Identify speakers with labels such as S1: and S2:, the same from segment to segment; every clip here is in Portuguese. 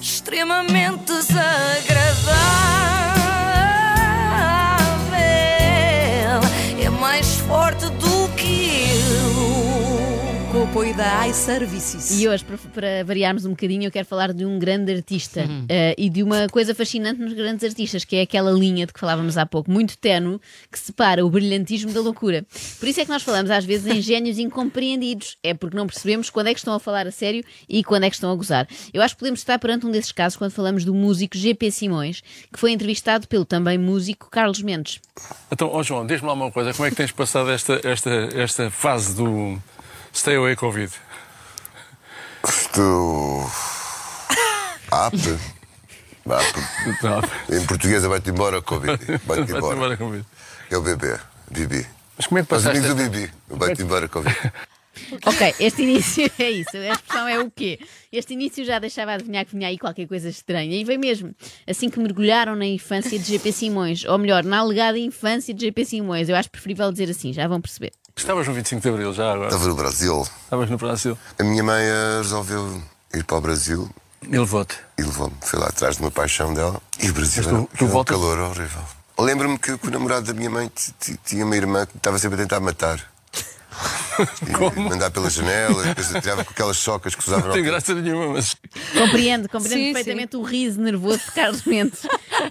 S1: extremamente desagradável. É mais forte do que eu. Com o apoio da iServices.
S2: E hoje, para, para variarmos um bocadinho, eu quero falar de um grande artista eh, e de uma coisa fascinante nos grandes artistas, que é aquela linha de que falávamos há pouco, muito tenue, que separa o brilhantismo da loucura. Por isso é que nós falamos às vezes em gênios incompreendidos, é porque não percebemos quando é que estão a falar a sério e quando é que estão a gozar. Eu acho que podemos estar perante um desses casos quando falamos do músico GP Simões, que foi entrevistado pelo também músico Carlos Mendes.
S3: Então, ó João, diz-me lá uma coisa, como é que tens passado esta, esta, esta fase do Stay Away Covid?
S4: Estou. apto. Apto.
S3: Não,
S4: Em português é vai-te embora, Covid. Vai-te
S3: vai-te
S4: embora.
S3: embora Covid.
S4: É o bebê, Bibi.
S3: Mas como é que
S4: Os
S3: passaste?
S4: amigos do Bibi. Vai-te embora, Covid.
S2: Ok, este início é isso. A expressão é o quê? Este início já deixava adivinhar que vinha aí qualquer coisa estranha. E veio mesmo. Assim que mergulharam na infância de GP Simões, ou melhor, na alegada infância de GP Simões, eu acho preferível dizer assim, já vão perceber.
S3: Estavas no 25 de Abril já agora.
S4: Estava no Brasil.
S3: Estavas no Brasil.
S4: A minha mãe eh, resolveu ir para o Brasil
S3: Ele vote.
S4: e levou-me. Foi lá atrás de uma paixão dela. E o Brasil
S3: Mas tu-
S4: era-
S3: tu
S4: era um
S3: voltas-
S4: calor horrível. Lembro-me que o namorado da minha mãe t- t- tinha uma irmã que estava sempre a tentar matar. E mandar pela janela, e depois atirava com aquelas socas que se
S3: Não
S4: usavam na
S3: tem
S4: altura.
S3: graça nenhuma, mas
S2: Compreendo, compreendo
S5: Sim,
S2: perfeitamente o riso nervoso de Carlos Mendes.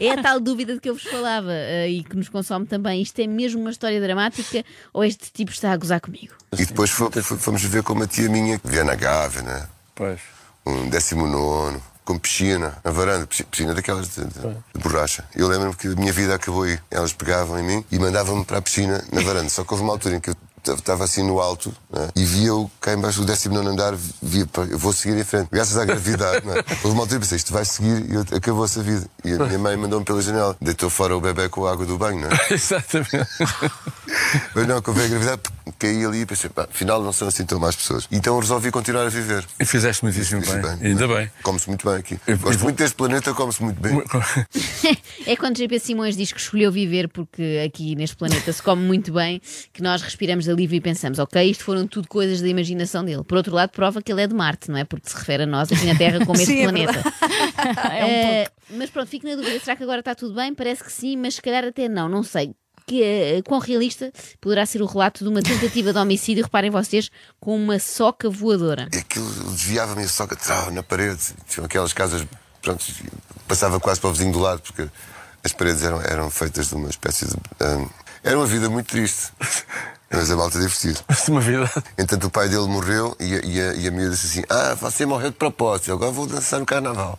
S2: É a tal dúvida de que eu vos falava eh, e que nos consome também. Isto é mesmo uma história dramática ou este tipo está a gozar comigo?
S4: E depois fo- fo- fomos ver com uma tia minha que via na Gávea, né?
S3: pois.
S4: um décimo nono, com piscina, na varanda, pisci- piscina daquelas de, de- de borracha. Eu lembro-me que a minha vida acabou aí. Elas pegavam em mim e mandavam-me para a piscina, na varanda. Só que houve uma altura em que eu estava assim no alto né, e via-o cá embaixo do décimo nono andar, via, pá, eu vou seguir em frente, graças à gravidade. Né? Houve uma altura em que pensei, isto vai seguir e eu- acabou-se a vida. E a minha mãe mandou-me pela janela, deitou fora o bebê com a água do banho, não é?
S3: Exatamente.
S4: Mas não, acabei a gravidade, caí ali e pensei, pá, afinal não são assim tão más pessoas. Então resolvi continuar a viver.
S3: E fizeste muitíssimo
S4: Isso
S3: bem. Ainda bem.
S4: é? Come-se muito bem aqui.
S3: Eu-
S4: Gosto
S3: eu-
S4: muito deste planeta, come-se muito bem.
S2: É quando GP Simões diz que escolheu viver porque aqui neste planeta se come muito bem, que nós respiramos alívio e pensamos, ok, isto foram tudo coisas da imaginação dele. Por outro lado, prova que ele é de Marte, não é? Porque se refere a nós aqui na Terra como este
S5: Sim, é
S2: planeta.
S5: É
S2: Eh, mas pronto, fico na dúvida, será que agora está tudo bem? Parece que sim, mas se calhar até não, não sei. Que, eh, quão realista poderá ser o relato de uma tentativa de homicídio, reparem vocês, com uma soca voadora?
S4: E aquilo desviava-me a soca trau, na parede. Tinham aquelas casas, pronto, passava quase para o vizinho do lado, porque as paredes eram, eram feitas de uma espécie de. hum, era uma vida muito triste. Mas a malta divertida.
S3: Mas uma vida.
S4: Entanto, o pai dele morreu e, a- e a, e a miúda disse assim: Ah, você morreu de propósito, eu agora vou dançar no carnaval.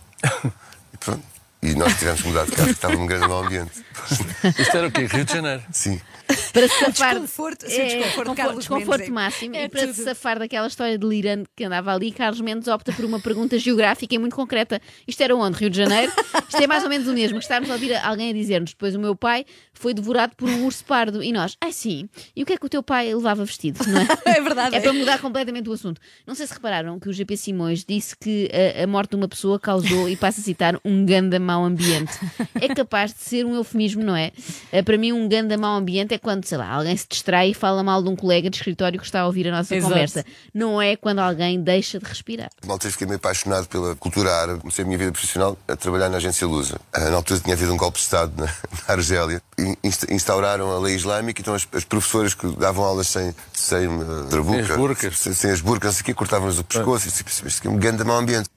S4: E pronto. E nós tivemos que mudar de carro, porque estava um grande mau ambiente.
S3: Isto era o quê? Rio de Janeiro.
S4: Sim.
S2: Para se safar.
S5: Desconforto, sim, desconforto,
S2: confo-
S5: Carlos
S2: desconforto
S5: Mendes, é-
S2: máximo.
S5: é
S2: e para se
S5: tudo.
S2: safar daquela história delirante que andava ali, Carlos Mendes opta por uma pergunta geográfica e muito concreta. Isto era onde? Rio de Janeiro? Isto é mais ou menos o mesmo. que Estarmos a ouvir alguém a dizer-nos: depois o meu pai foi devorado por um urso pardo. E nós, ai sim, e o que é que o teu pai levava vestido? Não é?
S5: É verdade,
S2: É
S5: é.
S2: para mudar completamente o assunto. Não sei se repararam que o GP Simões disse que a, a morte de uma pessoa causou, e passo a citar, um ganda mau ambiente. É capaz de ser um eufemismo, não é? Eh, Para mim, um ganda mau ambiente é quando, sei lá, alguém se distrai e fala mal de um colega de escritório que está a ouvir a nossa
S5: Exato.
S2: conversa. Não é quando alguém deixa de respirar.
S4: Malta, eu fiquei meio apaixonado pela cultura árabe. Comecei a minha vida profissional a trabalhar na agência Lusa. Ah, Na altura tinha havido um golpe de Estado na, na Argélia. In- insta- Instauraram a lei islâmica, então as, as professoras que davam aulas sem, sem ah, trabuca,
S3: Sem as burcas.
S4: sem, sem as burcas, não sei o quê, cortavam-nos o pescoço. E disse, "Mas Isto é um grande mau ambiente.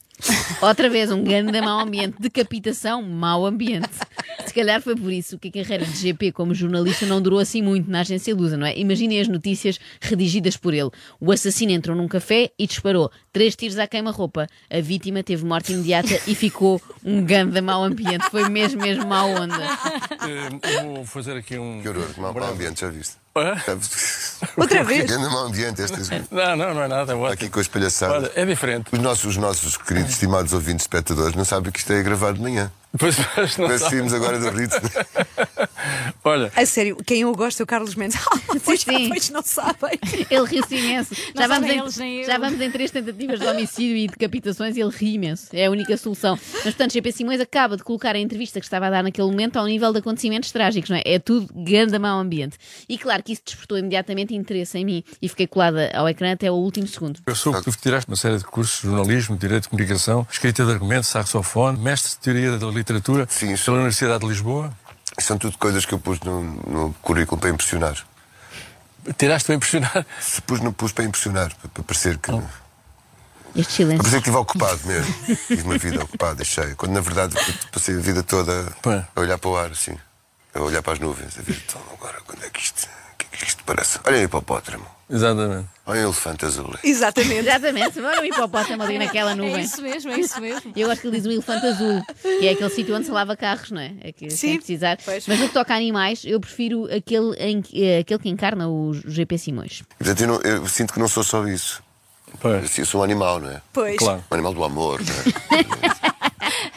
S2: Outra vez, um grande mau ambiente. Decapitação, mau ambiente. Se calhar foi por isso que a carreira de GP como jornalista não durou assim muito na agência Lusa, não é? Imaginem as notícias redigidas por ele. O assassino entrou num café e disparou três tiros à queima-roupa. A vítima teve morte imediata e ficou um grande mau ambiente. Foi mesmo, mesmo mau onda.
S3: Eh, Eu vou fazer aqui um.
S4: Que horror, que mau, mau ambiente, já viste?
S3: Hã?
S5: Outra
S4: Que
S5: vez.
S4: grande mau ambiente estas-
S3: Não, não, não é nada. é
S4: Aqui
S3: ótimo.
S4: com as palhaçadas.
S3: Olha, é diferente.
S4: Os nossos, os nossos queridos, estimados ouvintes, espectadores, não sabem que isto é gravado de manhã.
S3: Depois, mas não
S4: Parece
S3: sabe.
S4: que saímos agora do ritmo.
S3: Olha,
S5: A sério, quem eu gosto é o Carlos Mendes. pois,
S2: sim.
S5: pois não sabem.
S2: Ele riu-se imenso.
S6: Não
S2: Já vamos,
S6: sabem
S2: em,
S6: eles, nem eu.
S2: já vamos em três tentativas de homicídio e decapitações e ele ri imenso. É a única solução. Mas, portanto, GP Simões acaba de colocar a entrevista que estava a dar naquele momento ao nível de acontecimentos trágicos, não é? É tudo grande mau ambiente. E claro que isso despertou imediatamente interesse em mim e fiquei colada ao ecrã até o último segundo.
S3: Eu soube que tu tiraste uma série de cursos de jornalismo, direito de comunicação, escrita de argumentos, saxofone, mestre de teoria da literatura
S4: Sim, sim.
S3: pela Universidade de Lisboa.
S4: São tudo coisas que eu pus no, no currículo para impressionar.
S3: Tiraste-me a impressionar.
S4: Se pus, não pus para impressionar, para, para parecer que. Para
S2: Este silêncio.
S4: parecer que estive ocupado mesmo. Tive uma vida ocupada, e cheia. Quando na verdade passei a vida toda
S3: Pá.
S4: a olhar para o ar, assim. A olhar para as nuvens, a ver, então agora, quando é que isto. O que é que isto parece? Olha o hipopótamo.
S3: Exatamente.
S4: Olha o elefante azul.
S5: Exatamente.
S2: Exatamente, agora o hipopótamo ali naquela
S6: É
S2: nuvem.
S6: isso mesmo, é isso mesmo.
S2: Eu acho que ele diz o elefante azul, que é aquele sítio onde se lava carros, não é? É que sem
S5: Sim,
S2: precisar.
S5: pois.
S2: Mas no que toca a animais, eu prefiro aquele, em que- eh, aquele que encarna o GP Simões.
S4: Portanto, eu, não- eu sinto que não sou só isso. Eu,
S3: Pois,
S4: eu sou um animal, não é?
S5: Pois.
S3: claro.
S4: Um animal do amor, não é?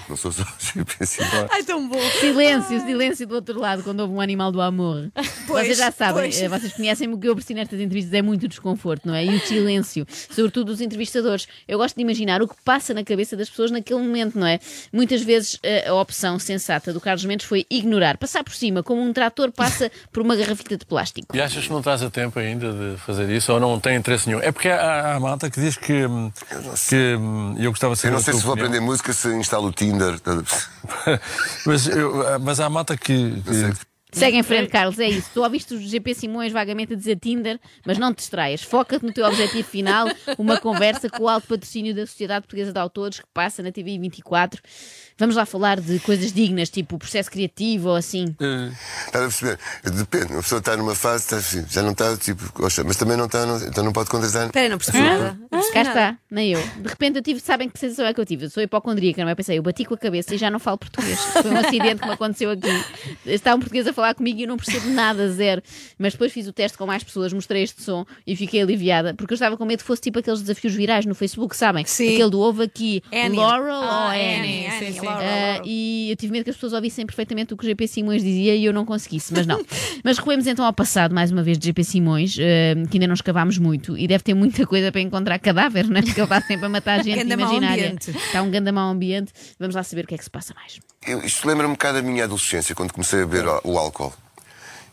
S4: não sou só. assim, Eu penso,
S5: Ai, tão bom.
S2: Silêncio, silêncio do outro lado, quando houve um animal do amor.
S5: Pois,
S2: vocês já sabem,
S5: pois.
S2: eh, vocês conhecem-me, o que eu preciso nestas entrevistas é muito desconforto, não é? E o silêncio, sobretudo dos entrevistadores. Eu gosto de imaginar o que passa na cabeça das pessoas naquele momento, não é? Muitas vezes eh, a opção sensata do Carlos Mendes foi ignorar, passar por cima, como um trator passa por uma garrafita de plástico.
S3: E achas que não estás a tempo ainda de fazer isso ou não tem interesse nenhum? É porque há, há- há malta que diz que. hum, que hum, eu gostava de saber.
S4: Eu não
S3: a
S4: sei
S3: tua
S4: se vou
S3: opinião.
S4: aprender música se instalo o Tinder.
S3: mas, eu- ah, mas há malta que.
S4: sei.
S3: que-
S2: Segue em frente, Carlos, é isso. Tu ouviste o GP Simões vagamente a dizer Tinder, mas não te distraias. Foca-te no teu objetivo final, uma conversa com o alto patrocínio da Sociedade Portuguesa de Autores que passa na TV 24. Vamos lá falar de coisas dignas, tipo o processo criativo ou assim.
S3: eh,
S4: Estás a perceber? Depende. Uma pessoa está numa fase, está assim, já não está, tipo, oxa, mas também não está, não- então não pode contestar.
S5: Espera, não percebi nada. Não percebi
S2: Cá
S5: Ah, nada.
S2: está, nem eu. De repente eu tive, sabem que sensação é que eu tive? Eu sou hipocondríaca, não é? Pensei, eu bati com a cabeça e já não falo português. Foi um acidente que me aconteceu aqui. Está um português a falar comigo e eu não percebo nada, zero. Mas depois fiz o teste com mais pessoas, mostrei este som e fiquei aliviada, porque eu estava com medo que fosse tipo aqueles desafios virais no Facebook, sabem?
S5: Sim.
S2: Aquele do ovo aqui,
S5: Annie.
S2: Laurel ou
S6: Ah,
S2: Annie.
S6: Annie,
S5: Annie,
S6: sim, sim.
S5: Laura.
S2: Ah,
S1: Eh,
S2: e eu tive medo que as pessoas ouvissem perfeitamente o que o GP Simões dizia e eu não conseguisse, mas não. mas recuemos então ao passado, mais uma vez, de GP Simões, ah, que ainda não escavámos muito e deve ter muita coisa para encontrar cadáveres, não é? Porque ele está sempre a matar gente
S5: Ganda mau
S2: imaginária.
S5: ambiente.
S2: Está um ganda mau ambiente. Vamos lá saber o que é que se passa mais.
S4: Eu, isto lembra-me um bocado da minha adolescência, quando comecei a beber o- o álcool.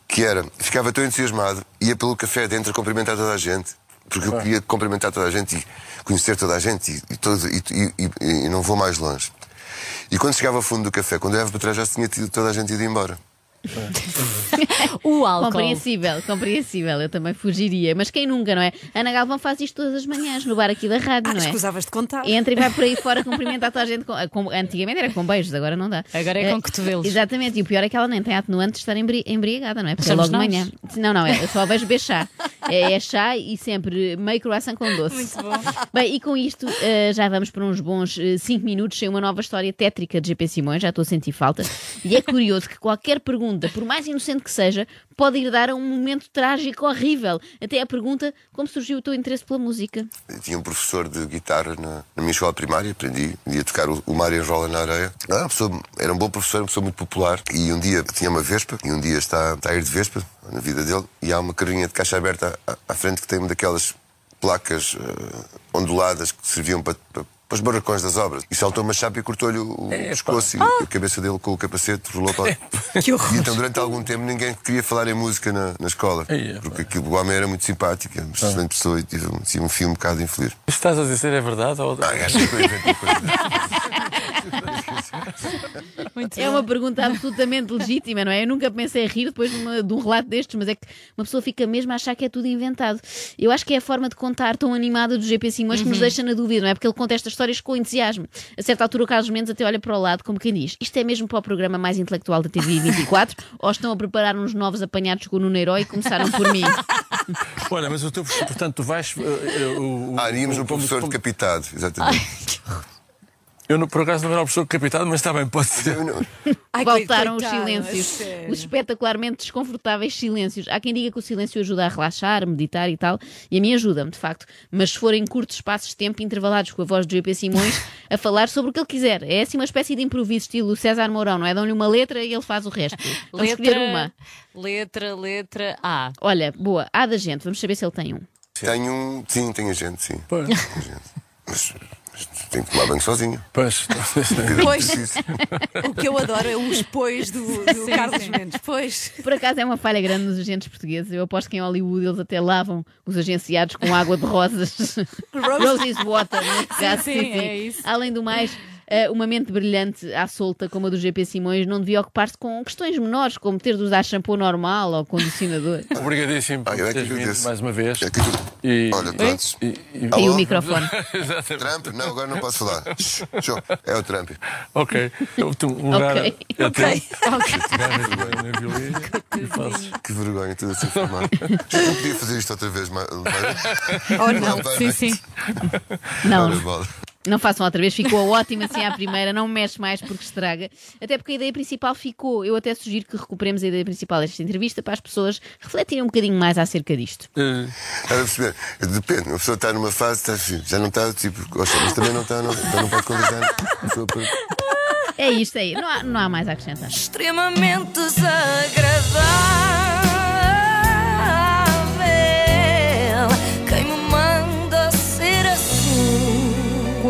S4: Que era, ficava tão entusiasmado, ia pelo café adentro a cumprimentar toda a gente, porque eu queria cumprimentar toda a gente e conhecer toda a gente e, e, todo- e, e- e- e não vou mais longe. E quando chegava ao fundo do café, quando eu olhava para trás, já tinha tido toda a gente ido embora.
S6: O álcool.
S2: Compreensível, compreensível. Eu também fugiria, mas quem nunca, não é? Ana Galvão faz isto todas as manhãs no bar aqui da rádio,
S5: Ah,
S2: não é?
S5: escusavas de contar.
S2: Entra e vai por aí fora cumprimentar toda a gente. Com, eh, com- antigamente era com beijos, agora não dá. Eh,
S6: Agora é com cotovelos.
S2: Exatamente, e o pior é que ela nem tem atenuante de estar embri- embriagada, não é? Porque é
S6: Somos
S2: logo de
S6: nós.
S2: manhã. Não, não, é, eu só vejo beber chá. É, é chá e sempre meio croissant com doce. Muito bom. Bem, e com isto eh, já vamos por uns bons 5 minutos sem uma nova história tétrica de GP Simões, já estou a sentir falta. E é curioso que qualquer pergunta, por mais inocente que seja, pode ir dar a um momento trágico horrível. Até a pergunta como surgiu o teu interesse pela música.
S4: Eu tinha um professor de guitarra na, na minha escola primária, aprendi, ia tocar o, o mar e rola na areia. Não, Era, uma pessoa, era um bom professor, uma pessoa muito popular. E um dia tinha uma Vespa, e um dia está, está a ir de Vespa na vida dele, e há uma carrinha de caixa aberta à, à frente que tem uma daquelas placas eh, onduladas que serviam para. para para os barracões das obras. E saltou uma chapa e cortou-lhe o, o
S3: Epá.
S4: pescoço e a cabeça dele com o capacete rolou para.
S5: Que horror.
S4: E então, durante algum tempo, ninguém queria falar em música na, na escola.
S3: Ei, epá.
S4: Porque aquilo, o homem era muito simpático, era uma
S3: Tá.
S4: excelente pessoa e tive um, tive um fio um bocado infeliz.
S3: Isto que estás a dizer é verdade? Ou...
S4: Ah, acho que foi a coisa.
S6: Muito
S2: É
S6: bom.
S2: uma pergunta absolutamente legítima, não é? Eu nunca pensei a rir depois de, uma- de um relato destes, mas é que uma pessoa fica mesmo a achar que é tudo inventado. Eu acho que é a forma de contar tão animada do GP Simões que nos deixa na dúvida, não é? Porque ele conta estas histórias com entusiasmo. A certa altura, o Carlos Mendes até olha para o lado, como quem diz: Isto é mesmo para o programa mais intelectual da TV 24? ou estão a preparar uns novos apanhados com o Nuno Herói e começaram por mim?
S3: Olha, mas o teu. Portanto, tu vais. eh, eh, o- o-
S4: Ah, iríamos
S3: o-
S4: um
S3: como-
S4: professor
S3: como-
S4: decapitado, exatamente.
S3: Eu, não- por acaso, não era uma pessoa capitado, mas está bem, pode ser.
S4: Eu não-
S5: Ai,
S2: Voltaram os
S5: coitada,
S2: silêncios,
S5: sério.
S2: os espetacularmente desconfortáveis silêncios. Há quem diga que o silêncio ajuda a relaxar, meditar e tal, e a mim ajuda-me, de facto. Mas se forem curtos espaços de tempo intervalados com a voz de JP Simões a falar sobre o que ele quiser. É assim uma espécie de improviso, estilo César Mourão, não é? Dão-lhe uma letra e ele faz o resto. Vamos escolher uma.
S6: Letra, letra A.
S2: Olha, boa, há da gente, vamos saber se ele tem um.
S4: Tenho um. Sim, tenho gente, sim.
S3: Pois,
S4: Tenho gente. Mas, mas tenho que tomar banho sozinho.
S3: pois.
S5: Pois,
S4: Preciso.
S5: o que eu adoro é os pois do, do Carlos Mendes. Pois.
S2: Por acaso é uma falha grande nos agentes portugueses. Eu aposto que em Hollywood eles até lavam os agenciados com água de rosas. Roses water, neste caso.
S6: sim, é isso.
S2: Além do mais, eh, uma mente brilhante à solta, como a do GP Simões, não devia ocupar-se com questões menores, como ter de usar shampoo normal ou condicionador.
S3: Obrigadíssimo por
S4: Ah, eu é que
S3: teres
S4: eu
S3: vindo
S4: disse.
S3: mais uma vez.
S4: É que tu-
S3: E,
S4: Olha, todos.
S3: e, e-
S2: E
S4: Alô?
S2: o microfone.
S3: Exatamente.
S4: Trump? Não, agora não posso falar. Shh, show. É o Trump.
S3: Ok. Eu tenho um lugar.
S2: Ok.
S3: Eu tenho. Este gajo vai na violina e fazes.
S4: Que vergonha, tudo assim formado. Não podia fazer isto outra vez, mas.
S5: Ou não.
S4: Vai,
S6: Sim,
S4: vai.
S6: sim.
S2: Não,
S4: Ora, bola.
S2: Não façam outra vez, ficou ótimo assim à primeira, não mexe mais porque estraga. Até porque a ideia principal ficou. Eu até sugiro que recuperemos a ideia principal desta entrevista para as pessoas refletirem um bocadinho mais acerca disto.
S3: Eh,
S4: Estás a perceber? Depende, a pessoa está numa fase, está assim, já não está, tipo, gosta, mas também não está, não, então não pode convidar a pessoa para.
S2: É isto aí, não há, não há mais a acrescentar.
S1: extremamente desagradável. Quem me manda ser assim?
S5: Com